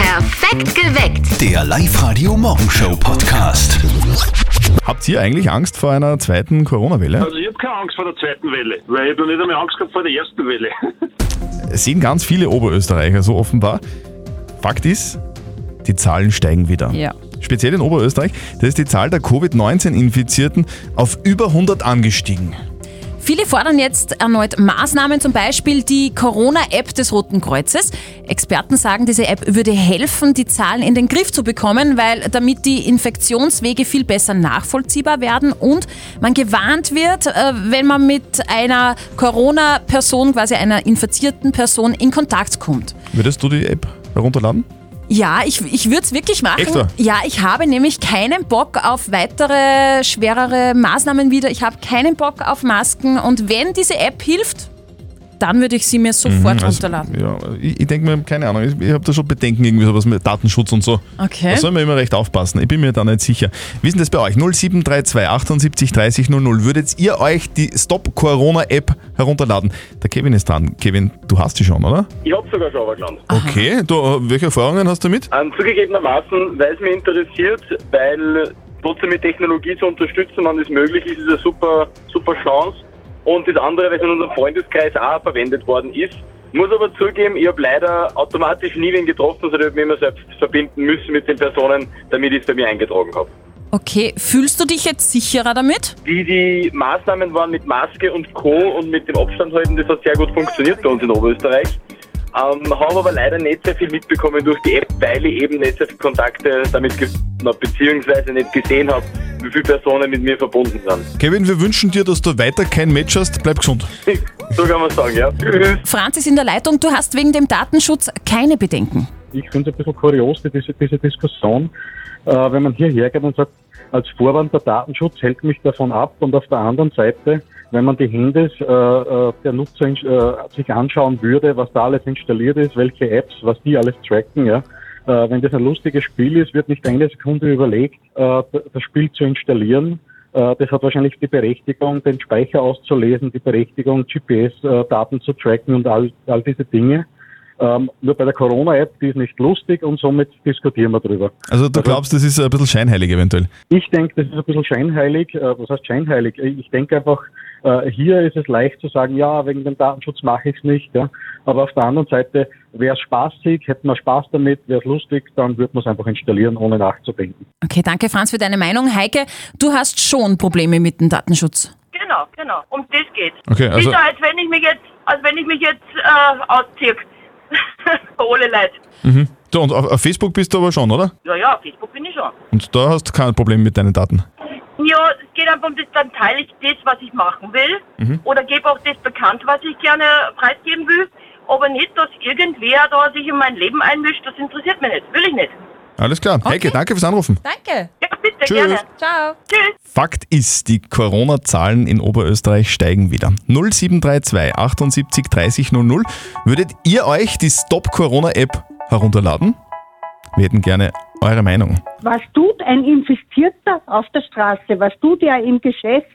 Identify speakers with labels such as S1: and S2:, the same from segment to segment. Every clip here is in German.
S1: Perfekt geweckt.
S2: Der Live-Radio Morgenshow Podcast.
S3: Habt ihr eigentlich Angst vor einer zweiten Corona-Welle?
S4: Also ich habe keine Angst vor der zweiten Welle, weil ich habe noch nicht einmal Angst gehabt vor der ersten Welle.
S3: Es sehen ganz viele Oberösterreicher so offenbar. Fakt ist, die Zahlen steigen wieder.
S5: Ja.
S3: Speziell in Oberösterreich, da ist die Zahl der Covid-19-Infizierten auf über 100 angestiegen.
S5: Viele fordern jetzt erneut Maßnahmen, zum Beispiel die Corona-App des Roten Kreuzes. Experten sagen, diese App würde helfen, die Zahlen in den Griff zu bekommen, weil damit die Infektionswege viel besser nachvollziehbar werden und man gewarnt wird, äh, wenn man mit einer Corona-Person, quasi einer infizierten Person in Kontakt kommt.
S3: Würdest du die App herunterladen?
S5: Ja, ich, ich würde es wirklich machen.
S3: Echt so?
S5: Ja, ich habe nämlich keinen Bock auf weitere schwerere Maßnahmen wieder. Ich habe keinen Bock auf Masken. Und wenn diese App hilft, dann würde ich sie
S3: Mhm,
S5: mir sofort
S3: also
S5: runterladen.
S3: Ja, ich, ich denke mir, keine Ahnung, ich, ich habe da schon Bedenken, irgendwie sowas mit Datenschutz und so.
S5: Okay.
S3: Da soll man immer recht aufpassen. Ich bin mir da nicht sicher. Wie ist denn das bei euch? 0732 78 30 00. Würdet ihr euch die Stop Corona App herunterladen? Der Kevin ist dran. Kevin, du hast die schon, oder?
S4: Ich habe sogar schon runtergeladen.
S3: Okay. Du, welche Erfahrungen hast du damit?
S6: Ähm, zugegebenermaßen, weil es mich interessiert, weil trotzdem mit Technologie zu unterstützen, wann es möglich ist, ist eine super, super Chance. Und das andere, weil es in unserem Freundeskreis auch verwendet worden ist. Muss aber zugeben, ich habe leider automatisch nie wen getroffen, sondern ich habe mich immer selbst verbinden müssen mit den Personen, damit ich es bei mir eingetragen habe.
S5: Okay, fühlst du dich jetzt sicherer damit?
S6: Wie die Maßnahmen waren mit Maske und Co. und mit dem Abstand halten, das hat sehr gut funktioniert bei uns in Oberösterreich. Ähm, habe aber leider nicht sehr viel mitbekommen durch die App, weil ich eben nicht sehr viele Kontakte damit gefunden habe, beziehungsweise nicht gesehen habe, wie viele Personen mit mir verbunden sind.
S3: Kevin, wir wünschen dir, dass du weiter kein Match hast. Bleib gesund.
S6: so kann man sagen, ja. Tschüss.
S5: Franz ist in der Leitung, du hast wegen dem Datenschutz keine Bedenken.
S7: ich finde es ein bisschen kurios, die- diese, diese Diskussion, äh, wenn man hierher geht und sagt, als Vorwand der Datenschutz hält mich davon ab und auf der anderen Seite, wenn man die Handys äh, äh, der Nutzer ins- äh, sich anschauen würde, was da alles installiert ist, welche Apps, was die alles tracken, ja. Äh, wenn das ein lustiges Spiel ist, wird nicht eine Sekunde überlegt, äh, d- das Spiel zu installieren. Äh, Das hat wahrscheinlich die Berechtigung, den Speicher auszulesen, die Berechtigung, GPS-Daten äh, zu tracken und all, all diese Dinge. Ähm, nur bei der Corona-App, die ist nicht lustig und somit diskutieren wir drüber.
S3: Also du glaubst, das ist ein bisschen scheinheilig eventuell.
S7: Ich denke, das ist ein bisschen scheinheilig. Äh, was heißt scheinheilig? Äh, Ich denke einfach, äh, hier ist es leicht zu sagen, ja, wegen dem Datenschutz mache ich es nicht. Ja. Aber auf der anderen Seite, wäre es spaßig, hätten wir Spaß damit, wäre es lustig, dann würde man es einfach installieren, ohne nachzudenken.
S5: Okay, danke Franz für deine Meinung. Heike, du hast schon Probleme mit dem Datenschutz.
S8: Genau, genau. Um das geht's.
S3: Okay, also-
S8: Nicht so, als wenn ich mich jetzt, als wenn ich mich jetzt äh, ausziehe. Ohne Leid.
S3: So, und auf, auf Facebook bist du aber schon, oder?
S8: Ja, ja, auf Facebook bin ich schon.
S3: Und da hast du kein Problem mit deinen Daten.
S8: Ja, es geht einfach um das, dann teile ich das, was ich machen will.
S3: Mhm.
S8: Oder gebe auch das bekannt, was ich gerne preisgeben will. Aber nicht, dass irgendwer da sich in mein Leben einmischt. Das interessiert mich nicht. Will ich nicht.
S3: Alles klar. Heike, danke fürs Anrufen.
S5: Danke.
S8: Ja, bitte,
S3: Tschüss.
S8: gerne.
S5: Ciao.
S8: Tschüss.
S3: Fakt ist, die Corona-Zahlen in Oberösterreich steigen wieder. 0732 78 30 00. Würdet ihr euch die Stop-Corona-App herunterladen? Wir hätten gerne eure Meinung.
S9: was tut ein Infizierter auf der Straße? Was tut er im Geschäft?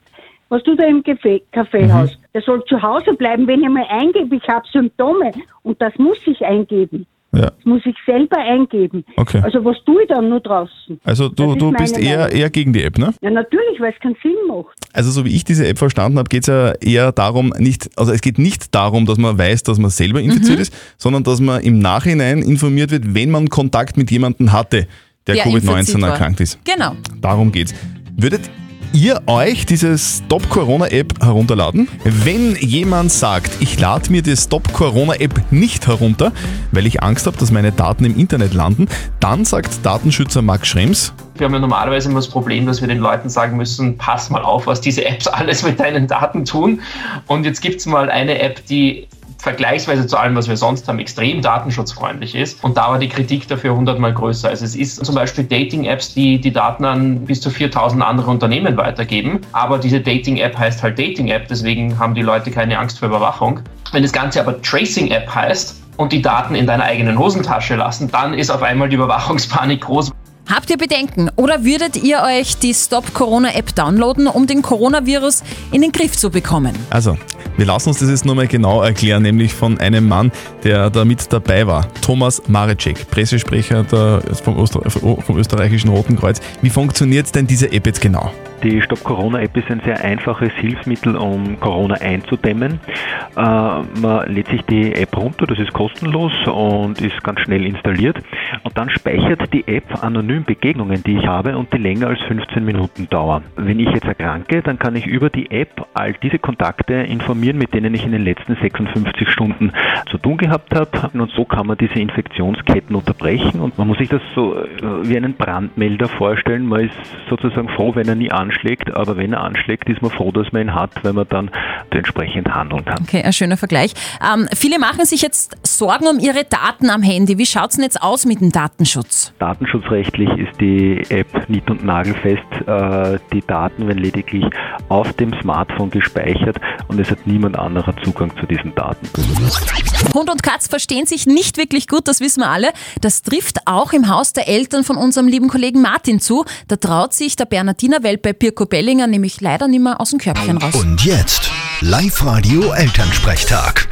S9: Was tut er im Gefä- Kaffeehaus?
S3: Mhm.
S9: Er soll zu Hause bleiben, wenn ich mal eingebe, ich habe Symptome. Und das muss ich eingeben.
S3: Ja.
S9: Das muss ich selber eingeben.
S3: Okay.
S9: Also was tue ich dann nur draußen?
S3: Also du,
S9: Das ist
S3: du
S9: meine
S3: bist eher,
S9: Meinung.
S3: eher gegen die App, ne?
S9: Ja, natürlich, weil es keinen Sinn macht.
S3: Also so wie ich diese App verstanden habe, geht es ja eher darum, nicht, also es geht nicht darum, dass man weiß, dass man selber
S9: Mhm.
S3: infiziert ist, sondern dass man im Nachhinein informiert wird, wenn man Kontakt mit jemandem hatte, der,
S5: Der infiziert
S3: Covid-19
S5: war.
S3: erkrankt ist.
S5: Genau.
S3: Darum geht's. Würdet ihr euch diese Stop Corona App herunterladen? Wenn jemand sagt, ich lade mir die Stop Corona App nicht herunter, weil ich Angst habe, dass meine Daten im Internet landen, dann sagt Datenschützer Max Schrems,
S10: Wir haben ja normalerweise immer das Problem, dass wir den Leuten sagen müssen, pass mal auf, was diese Apps alles mit deinen Daten tun. Und jetzt gibt es mal eine App, die vergleichsweise zu allem, was wir sonst haben, extrem datenschutzfreundlich ist. Und da war die Kritik dafür hundertmal größer. Also es ist zum Beispiel Dating-Apps, die die Daten an bis zu 4000 andere Unternehmen weitergeben. Aber diese Dating-App heißt halt Dating-App, deswegen haben die Leute keine Angst vor Überwachung. Wenn das Ganze aber Tracing-App heißt und die Daten in deiner eigenen Hosentasche lassen, dann ist auf einmal die Überwachungspanik groß,
S5: Habt ihr Bedenken oder würdet ihr euch die Stop Corona App downloaden, um den Coronavirus in den Griff zu bekommen?
S3: also Wir lassen uns das jetzt nochmal genau erklären, nämlich von einem Mann, der da mit dabei war. Thomas Marecek, Pressesprecher der, vom, Öster, vom österreichischen Roten Kreuz. Wie funktioniert denn diese App jetzt genau?
S1: Die Stop Corona-App ist ein sehr einfaches Hilfsmittel, um Corona einzudämmen. Äh, man lädt sich die App runter, das ist kostenlos und ist ganz schnell installiert. Und dann speichert die App anonym Begegnungen, die ich habe und die länger als 15 Minuten dauern. Wenn ich jetzt erkranke, dann kann ich über die App all diese Kontakte informieren, mit denen ich in den letzten 56 Stunden zu tun gehabt habe. Und so kann man diese Infektionsketten unterbrechen. Und man muss sich das so äh, wie einen Brandmelder vorstellen. Man ist sozusagen froh, wenn er nie anschlägt anschlägt, aber wenn er anschlägt, ist man froh, dass man ihn hat, weil man dann entsprechend handeln kann.
S5: Okay, ein schöner Vergleich. Ähm, viele machen sich jetzt Sorgen um ihre Daten am Handy. Wie schaut es denn jetzt aus mit dem Datenschutz?
S1: Datenschutzrechtlich ist die App nied- und nagelfest. Äh, die Daten werden lediglich auf dem Smartphone gespeichert und es hat niemand anderer Zugang zu diesen Daten.
S5: Hund und Katz verstehen sich nicht wirklich gut, das wissen wir alle. Das trifft auch im Haus der Eltern von unserem lieben Kollegen Martin zu. Da traut sich der Bernardiner Welpe Pirko Bellinger nämlich leider nicht mehr aus dem Körbchen raus.
S2: Und jetzt Live-Radio Elternsprechtag.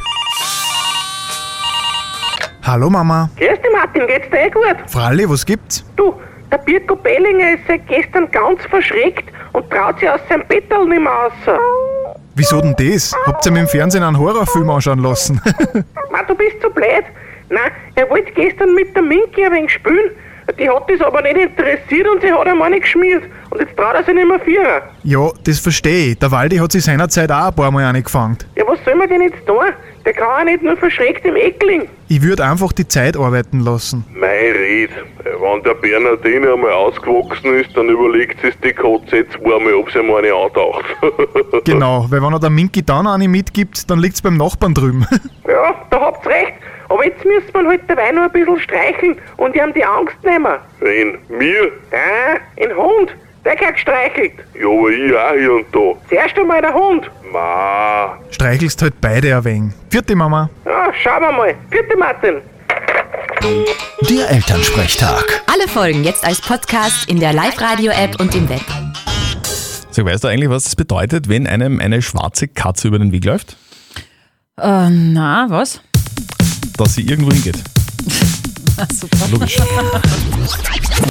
S11: Hallo Mama.
S12: Grüß dich Martin, geht's dir eh gut?
S11: Fralli, was gibt's?
S12: Du, der Birko Bellinger ist seit gestern ganz verschreckt und traut sich aus seinem Bettel nicht mehr raus.
S11: Wieso denn das? Habt ihr mir im Fernsehen einen Horrorfilm anschauen lassen?
S12: Ma, du bist zu blöd. Nein, er wollte gestern mit der Minki ein wenig spielen. Die hat das aber nicht interessiert und sie hat ihm auch nicht geschmiert. Und jetzt traut er sich nicht mehr vierer.
S11: ja, das verstehe ich. Der Waldi hat sich seinerzeit auch ein paar Mal angefangen.
S12: Ja, was soll man denn jetzt tun? Der kann auch nicht nur verschreckt im Eckling.
S11: Ich würde einfach die Zeit arbeiten lassen.
S13: Mei Red, wenn der Bernardine einmal ausgewachsen ist, dann überlegt sich die KZ zweimal, ob sie ihm eine antaucht.
S11: Genau, weil wenn er der Minky dann eine mitgibt, dann liegt's beim Nachbarn drüben.
S12: Ja, da habt ihr recht. Aber jetzt müsste man halt dabei noch ein bisschen streicheln und ihm die Angst nehmen.
S13: Wen? Mir?
S12: Ah, ein Hund. Der gehört gestreichelt.
S13: Ja, aber ich auch hier und da.
S12: Zuerst einmal der Hund.
S13: Ma,
S11: Streichelst halt beide ein wenig. Vierte Mama.
S12: Ja, schauen wir mal. Bitte Martin.
S2: Der Elternsprechtag.
S14: Alle Folgen jetzt als Podcast in der Live-Radio-App und im Web.
S3: Sag, weißt du eigentlich, was das bedeutet, wenn einem eine schwarze Katze über den Weg läuft?
S5: Äh, na, was?
S3: Dass sie irgendwo hingeht.
S5: Ah, super.
S3: Logisch.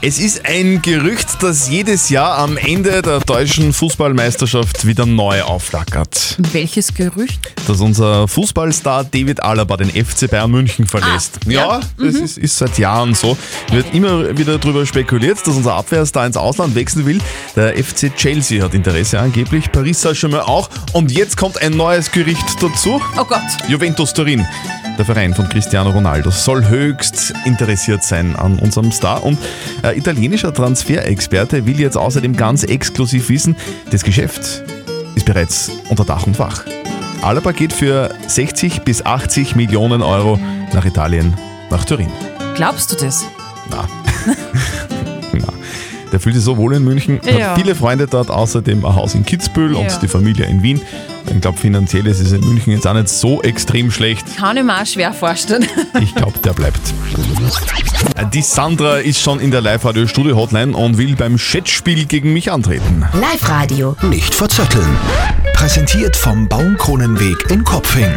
S3: Es ist ein Gerücht, das jedes Jahr am Ende der deutschen Fußballmeisterschaft wieder neu aufflackert.
S5: Welches Gerücht?
S3: Dass unser Fußballstar David Alaba den FC Bayern München verlässt.
S5: Ah,
S3: ja, das
S5: Mhm.
S3: ist, ist seit Jahren so. Wird immer wieder darüber spekuliert, dass unser Abwehrstar ins Ausland wechseln will. Der FC Chelsea hat Interesse angeblich, Paris Saint-Germain auch. Und jetzt kommt ein neues Gerücht dazu.
S5: Oh Gott.
S3: Juventus Turin. Der Verein von Cristiano Ronaldo soll höchst interessiert sein an unserem Star. Und ein italienischer Transferexperte will jetzt außerdem ganz exklusiv wissen, das Geschäft ist bereits unter Dach und Fach. Alaba geht für 60 bis 80 Millionen Euro nach Italien, nach Turin.
S5: Glaubst du das?
S3: Na. Na. Der fühlt sich so wohl in München,
S5: Ja.
S3: hat viele Freunde dort, außerdem ein Haus in Kitzbühel
S5: Ja.
S3: und die Familie in Wien. Ich glaube, finanziell ist es in München jetzt auch nicht so extrem schlecht.
S5: Kann ich mir auch schwer vorstellen.
S3: Ich glaube, der bleibt. Die Sandra ist schon in der Live-Radio-Studio-Hotline und will beim Schätzspiel gegen mich antreten.
S14: Live-Radio.
S2: Nicht verzetteln. Präsentiert vom Baumkronenweg in Kopfing.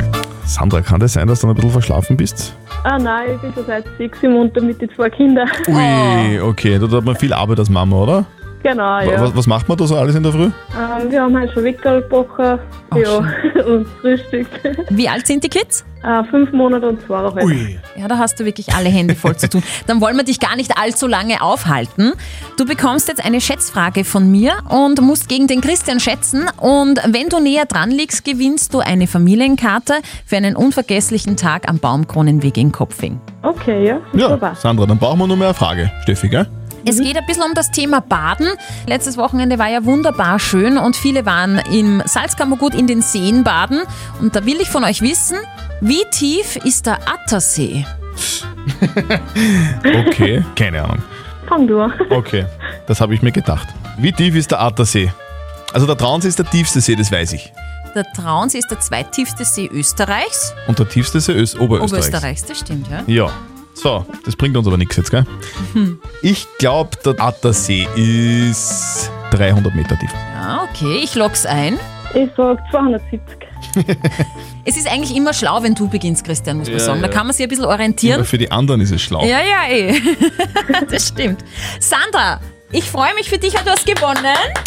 S3: Sandra, kann das sein, dass du noch ein bisschen verschlafen bist?
S15: Ah nein, ich bin schon seit sechs im Unter mit den zwei Kindern.
S3: Ui, okay, da hat man viel Arbeit als Mama, oder?
S15: Genau,
S3: Wa-
S15: ja.
S3: Was, was macht man da so alles in der Früh?
S15: Ähm, wir haben halt schon Wickel gebacken ja, und frühstückt.
S5: Wie alt sind die Kids?
S15: Äh, fünf Monate und zwei Wochen.
S5: Ja, da hast du wirklich alle Hände voll zu tun. Dann wollen wir dich gar nicht allzu lange aufhalten. Du bekommst jetzt eine Schätzfrage von mir und musst gegen den Christian schätzen. Und wenn du näher dran liegst, gewinnst du eine Familienkarte für einen unvergesslichen Tag am Baumkronenweg in Kopfing.
S15: Okay, ja.
S3: Ja, Sandra, dann brauchen wir nur mehr eine Frage. Steffi, gell?
S5: Es geht ein bisschen um das Thema Baden. Letztes Wochenende war ja wunderbar schön und viele waren im Salzkammergut in den Seen baden. Und da will ich von euch wissen, wie tief ist der Attersee?
S3: Okay, keine Ahnung.
S15: Fang du an.
S3: Okay, das habe ich mir gedacht. Wie tief ist der Attersee? Also der Traunsee ist der tiefste See, das weiß ich.
S5: Der Traunsee ist der zweittiefste See Österreichs.
S3: Und der tiefste See ist Oberösterreich.
S5: Oberösterreichs, das stimmt, ja.
S3: Ja. So, das bringt uns aber nichts jetzt, gell?
S5: Hm.
S3: Ich glaube, der Attersee ist 300 Meter tief.
S5: Ja, okay, ich log's ein.
S15: Ich sag 270.
S5: Es ist eigentlich immer schlau, wenn du beginnst, Christian, muss man
S3: Ja,
S5: sagen. Da
S3: ja.
S5: kann man sich ein bisschen orientieren.
S3: Aber für die anderen ist es schlau.
S5: Ja, ja, eh. das stimmt. Sandra, ich freue mich für dich, weil du hast gewonnen.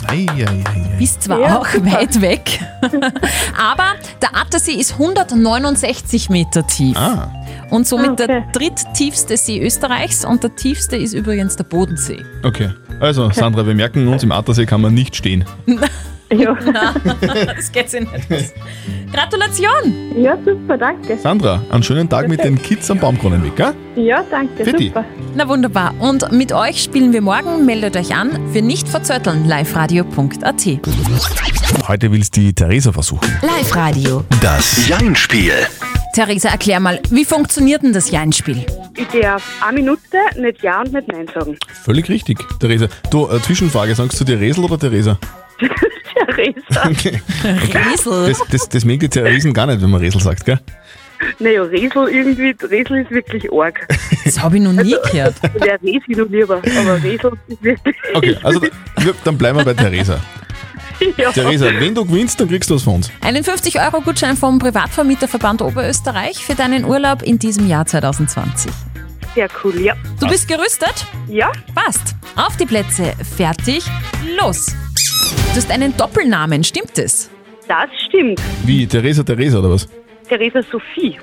S3: Ei, ei, ei.
S5: Bist zwar
S3: Ja,
S5: auch
S3: super.
S5: weit weg, aber der Attersee ist 169 Meter tief.
S3: Ah.
S5: Und somit der drittiefste See Österreichs und der tiefste ist übrigens der Bodensee.
S3: Okay. Also, Sandra, wir merken uns, im Attersee kann man nicht stehen.
S5: Ja. das geht sich nicht. aus. Gratulation!
S15: Ja, super, danke.
S3: Sandra, einen schönen Tag mit den Kids am Baumkronenweg, gell?
S15: Ja, danke,
S3: Fitti.
S15: super.
S5: Na wunderbar. Und mit euch spielen wir morgen. Meldet euch an für nicht verzötteln. liveradio.at.
S3: Heute willst die Theresa versuchen.
S5: Live Radio.
S3: Das Jein-Spiel.
S5: Theresa, erklär mal, wie funktioniert denn das Jeinspiel?
S15: Ich darf eine Minute nicht Ja und nicht Nein sagen.
S3: Völlig richtig, Theresa. Du, äh, Zwischenfrage, sagst du Theresa oder Theresa?
S15: Theresa.
S3: Okay.
S15: Riesel.
S3: Das, das, das mögen die Theresen gar nicht, wenn man Resel sagt, gell?
S15: Naja, Riesel irgendwie, Riesel ist wirklich arg.
S5: Das habe ich noch nie gehört.
S15: Ja, Riesel noch lieber, aber Riesel ist wirklich.
S3: Okay, also d- wir- dann bleiben wir bei Theresa.
S15: Ja.
S3: Theresa, wenn du gewinnst, dann kriegst du was von uns.
S5: Einen 50-Euro-Gutschein vom Privatvermieterverband Oberösterreich für deinen Urlaub in diesem Jahr 2020.
S15: Sehr cool, ja.
S5: Du bist gerüstet?
S15: Ja.
S5: Passt. Auf die Plätze. Fertig. Los. Du hast einen Doppelnamen, stimmt es?
S15: Das stimmt.
S3: Wie, Theresa, Theresa oder was?
S15: Theresa Sophie.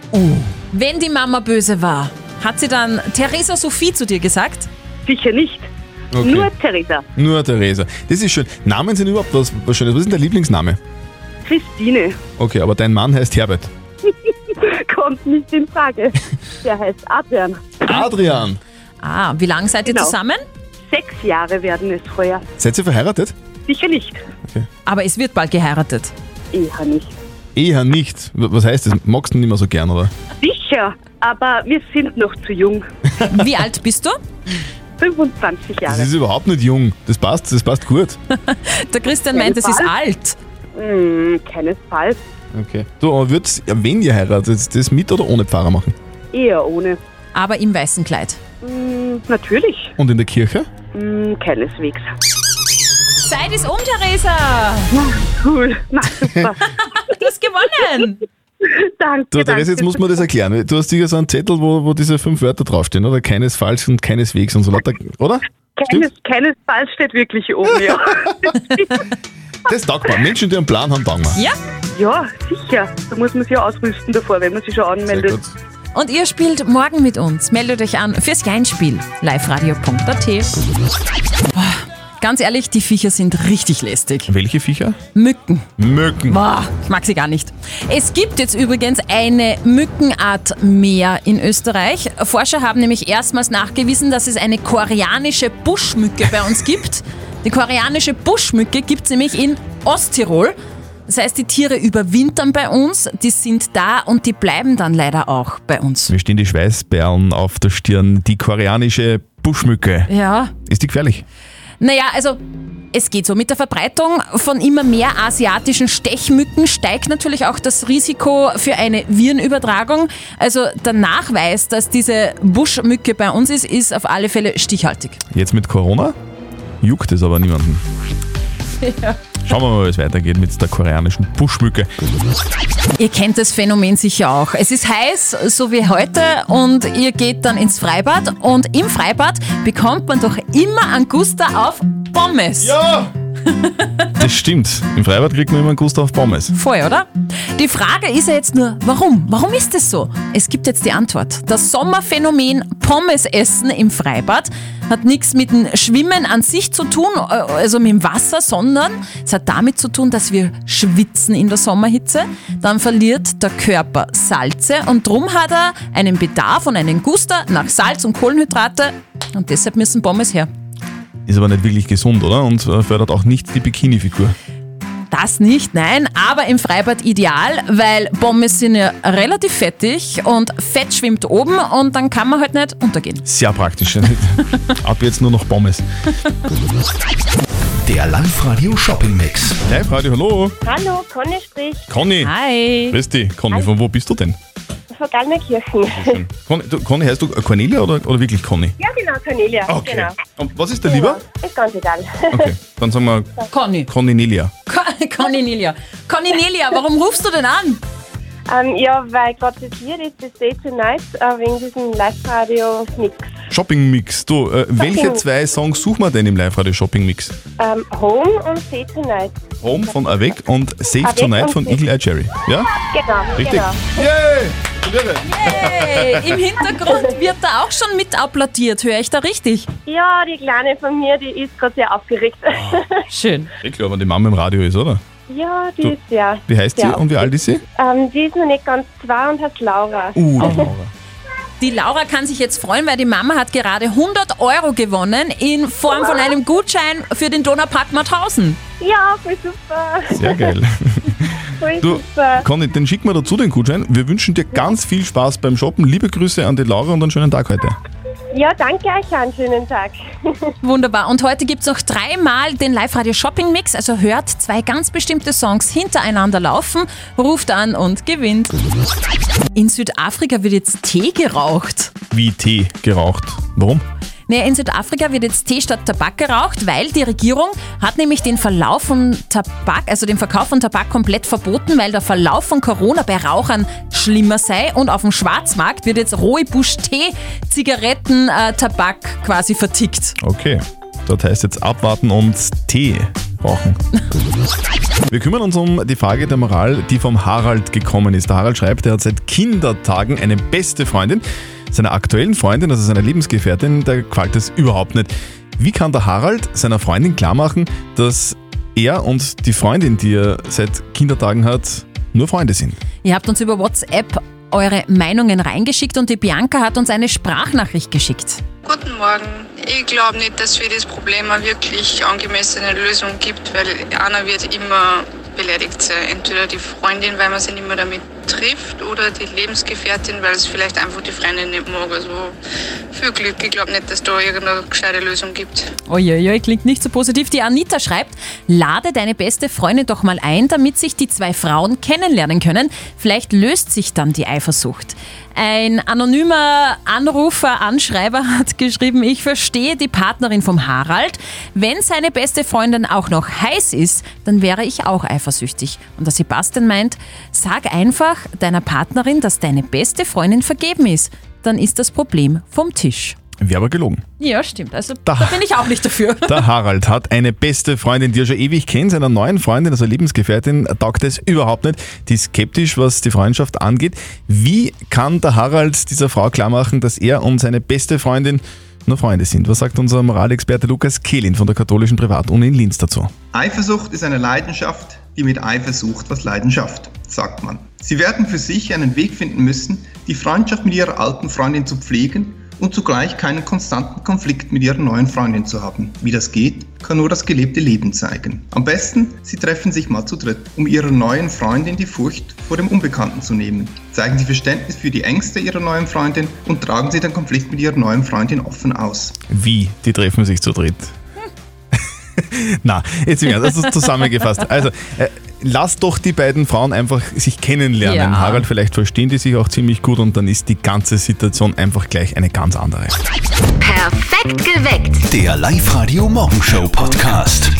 S5: Wenn die Mama böse war, hat sie dann Theresa Sophie zu dir gesagt?
S15: Sicher nicht.
S3: Okay.
S15: Nur Theresa.
S3: Nur Theresa. Das ist schön. Namen sind überhaupt was, was Schönes. Was ist denn dein Lieblingsname?
S15: Christine.
S3: Okay, aber dein Mann heißt Herbert.
S15: Kommt nicht in Frage. Der heißt Adrian.
S3: Adrian.
S5: Ah, wie lange seid ihr
S15: Genau.
S5: zusammen?
S15: Sechs Jahre werden es heuer.
S3: Seid ihr verheiratet?
S15: Sicher nicht.
S5: Aber es wird bald geheiratet.
S15: Eher nicht.
S3: Eher nicht. W- Was heißt das? Magst du ihn nicht mehr so gern, oder?
S15: Sicher, aber wir sind noch zu jung.
S5: Wie alt bist du?
S15: 25
S3: Das
S15: Jahre.
S3: ist überhaupt nicht jung. Das passt, das passt gut.
S5: Der Christian meint, es ist alt.
S15: Hm, keinesfalls.
S3: Okay. Du, aber würd's, wenn ihr heiratet, das mit oder ohne Pfarrer machen?
S15: Eher ohne.
S5: Aber im weißen Kleid.
S15: Hm, natürlich.
S3: Und in der Kirche?
S15: Hm, keineswegs.
S5: Zeit ist um, Theresa.
S15: Cool. Na, super.
S5: Du hast gewonnen.
S15: danke.
S3: Du, Therese,
S15: danke.
S3: jetzt muss man das erklären. Du hast sicher so einen Zettel, wo, wo diese fünf Wörter draufstehen, oder? Keinesfalls und keineswegs und so lauter, oder?
S15: Keines, keinesfalls steht wirklich oben, ja.
S3: Das taugt man. Menschen, die einen Plan haben, taugen wir.
S5: Ja.
S15: Ja, sicher. Da muss man sich ja ausrüsten davor, wenn man sich schon anmeldet.
S5: Und ihr spielt morgen mit uns. Meldet euch an fürs Jeinspiel. liveradio.at. Boah, Ganz ehrlich, die Viecher sind richtig lästig.
S3: Welche Viecher?
S5: Mücken.
S3: Mücken.
S5: Boah, ich mag sie gar nicht. Es gibt jetzt übrigens eine Mückenart mehr in Österreich. Forscher haben nämlich erstmals nachgewiesen, dass es eine koreanische Buschmücke bei uns gibt. Die koreanische Buschmücke gibt es nämlich in Osttirol. Das heißt, die Tiere überwintern bei uns, die sind da und die bleiben dann leider auch bei uns.
S3: Mir stehen die Schweißperlen auf der Stirn. Die koreanische Buschmücke.
S5: Ja,
S3: Ist die gefährlich?
S5: Naja, also es geht so. Mit der Verbreitung von immer mehr asiatischen Stechmücken steigt natürlich auch das Risiko für eine Virenübertragung. Also der Nachweis, dass diese Buschmücke bei uns ist, ist auf alle Fälle stichhaltig.
S3: Jetzt mit Corona juckt es aber niemanden. Schauen wir mal, wie es weitergeht mit der koreanischen Buschmücke.
S5: Ihr kennt das Phänomen sicher auch. Es ist heiß, so wie heute, und ihr geht dann ins Freibad und im Freibad bekommt man doch immer Angusta auf Pommes.
S3: Ja! Das stimmt. Im Freibad kriegt man immer einen Gustav Pommes.
S5: Voll, oder? Die Frage ist ja jetzt nur, warum? Warum ist es so? Es gibt jetzt die Antwort. Das Sommerphänomen Pommes essen im Freibad hat nichts mit dem Schwimmen an sich zu tun, äh, also mit dem Wasser, sondern es hat damit zu tun, dass wir schwitzen in der Sommerhitze. Dann verliert der Körper Salze und drum hat er einen Bedarf und einen Guster nach Salz und Kohlenhydrate und deshalb müssen Pommes her.
S3: Ist aber nicht wirklich gesund, oder? Und äh, fördert auch nicht die Bikini-Figur.
S5: Das nicht, nein, aber im Freibad ideal, weil Pommes sind ja relativ fettig und Fett schwimmt oben und dann kann man halt nicht untergehen.
S3: Sehr praktisch. Ab jetzt nur noch Pommes. Der Live-Radio Shopping Mix. Live-Radio, hallo.
S16: Hallo, Conny spricht.
S3: Conny.
S16: Hi.
S3: Grüß dich, Conny. Von wo bist du denn?
S17: von Gallnerkirchen.
S3: Conny, du, Conny heißt du Cornelia oder, oder wirklich Conny? Ah,
S17: Ja, genau, Cornelia.
S3: Okay.
S17: Genau.
S3: Und was ist der lieber?
S17: Ist ganz egal.
S3: Okay, dann sagen wir
S5: Conny.
S3: Conninelia.
S5: Conny Nelia. Conny Nelia, warum rufst du denn an?
S17: Ähm, ja, weil gerade das Lied ist das Day Tonight äh, wegen diesem Live-Radio-Mix.
S3: Shopping Mix. Du, äh, welche zwei Songs suchen wir denn im Live-Radio Shopping Mix?
S17: Ähm, Home und Day Tonight.
S3: Home von Avec und Save
S17: Avec
S3: Tonight
S17: und
S3: von
S17: Save.
S3: Eagle Eye Cherry. Ja?
S17: Genau,
S3: Richtig.
S17: genau.
S5: Hey, Im Hintergrund wird da auch schon mit applaudiert, höre ich da richtig?
S17: Ja, die Kleine von mir, die ist gerade sehr aufgeregt.
S5: Schön.
S3: Ich glaube, wenn die Mama im Radio ist, oder?
S17: ja, die
S3: Du,
S17: ist ja.
S3: Wie heißt sie
S17: sehr
S3: und wie alt ist sie?
S17: Ähm, die ist noch nicht ganz zwei und heißt Laura.
S3: Uh,
S5: Die Laura kann sich jetzt freuen, weil die Mama hat gerade 100 Euro gewonnen in Form von einem Gutschein für den Donaupark Mauthausen.
S17: Ja, voll super.
S3: Sehr geil.
S17: Voll
S3: Du,
S10: äh,
S17: super.
S3: Conny, den schicken wir dazu, den Gutschein. Wir wünschen dir ganz viel Spaß beim Shoppen. Liebe Grüße an die Laura und einen schönen Tag heute.
S17: Ja, danke euch, einen schönen Tag.
S5: Wunderbar. Und heute gibt es noch dreimal den Live-Radio Shopping Mix. Also hört zwei ganz bestimmte Songs hintereinander laufen, ruft an und gewinnt. In Südafrika wird jetzt Tee geraucht.
S3: Wie Tee geraucht. Warum?
S5: Naja, in Südafrika wird jetzt Tee statt Tabak geraucht, weil die Regierung hat nämlich den Verlauf von Tabak, also den Verkauf von Tabak komplett verboten, weil der Verlauf von Corona bei Rauchern schlimmer sei und auf dem Schwarzmarkt wird jetzt rohe Busch Tee, Zigaretten, äh, Tabak quasi vertickt.
S3: Okay, das heißt jetzt abwarten und Tee rauchen. Wir kümmern uns um die Frage der Moral, die vom Harald gekommen ist. Der Harald schreibt, er hat seit Kindertagen eine beste Freundin. Seiner aktuellen Freundin, also seiner Lebensgefährtin, da qualt es überhaupt nicht. Wie kann der Harald seiner Freundin klarmachen, dass er und die Freundin, die er seit Kindertagen hat, nur Freunde sind?
S5: Ihr habt uns über WhatsApp eure Meinungen reingeschickt und die Bianca hat uns eine Sprachnachricht geschickt.
S12: Guten Morgen. Ich glaube nicht, dass für das Problem eine wirklich angemessene Lösung gibt, weil einer wird immer beleidigt sein. Entweder die Freundin, weil man sie nicht mehr damit trifft, oder die Lebensgefährtin, weil es vielleicht einfach die Freundin nicht mag. Also viel Glück. Ich glaube nicht, dass da irgendeine gescheite Lösung gibt.
S5: Uiuiui, klingt nicht so positiv. Die Anita schreibt, lade deine beste Freundin doch mal ein, damit sich die zwei Frauen kennenlernen können. Vielleicht löst sich dann die Eifersucht. Ein anonymer Anrufer, Anschreiber hat geschrieben, ich verstehe die Partnerin vom Harald. Wenn seine beste Freundin auch noch heiß ist, dann wäre ich auch eifersüchtig. Und der Sebastian meint, sag einfach deiner Partnerin, dass deine beste Freundin vergeben ist. Dann ist das Problem vom Tisch.
S3: Wäre aber gelogen.
S5: Ja, stimmt. Also da, bin ich auch nicht dafür.
S3: Der Harald hat eine beste Freundin, die er schon ewig kennt. Seiner neuen Freundin, also Lebensgefährtin, taugt es überhaupt nicht. Die ist skeptisch, was die Freundschaft angeht. Wie kann der Harald dieser Frau klarmachen, dass er und seine beste Freundin nur Freunde sind? Was sagt unser Moralexperte Lukas Kehlin von der katholischen Privatuni in Linz dazu?
S10: Eifersucht ist eine Leidenschaft, die mit Eifersucht was Leidenschaft, sagt man. Sie werden für sich einen Weg finden müssen, die Freundschaft mit ihrer alten Freundin zu pflegen und zugleich keinen konstanten Konflikt mit ihrer neuen Freundin zu haben. Wie das geht, kann nur das gelebte Leben zeigen. Am besten, sie treffen sich mal zu dritt, um ihrer neuen Freundin die Furcht vor dem Unbekannten zu nehmen. Zeigen sie Verständnis für die Ängste ihrer neuen Freundin und tragen sie den Konflikt mit ihrer neuen Freundin offen aus.
S3: Wie? Die treffen sich zu dritt. Na, jetzt wieder, das ist zusammengefasst. Also, äh, lass doch die beiden Frauen einfach sich kennenlernen.
S5: Ja.
S3: Harald, vielleicht verstehen die sich auch ziemlich gut und dann ist die ganze Situation einfach gleich eine ganz andere.
S14: Perfekt geweckt.
S2: Der Live-Radio Morgenshow Podcast.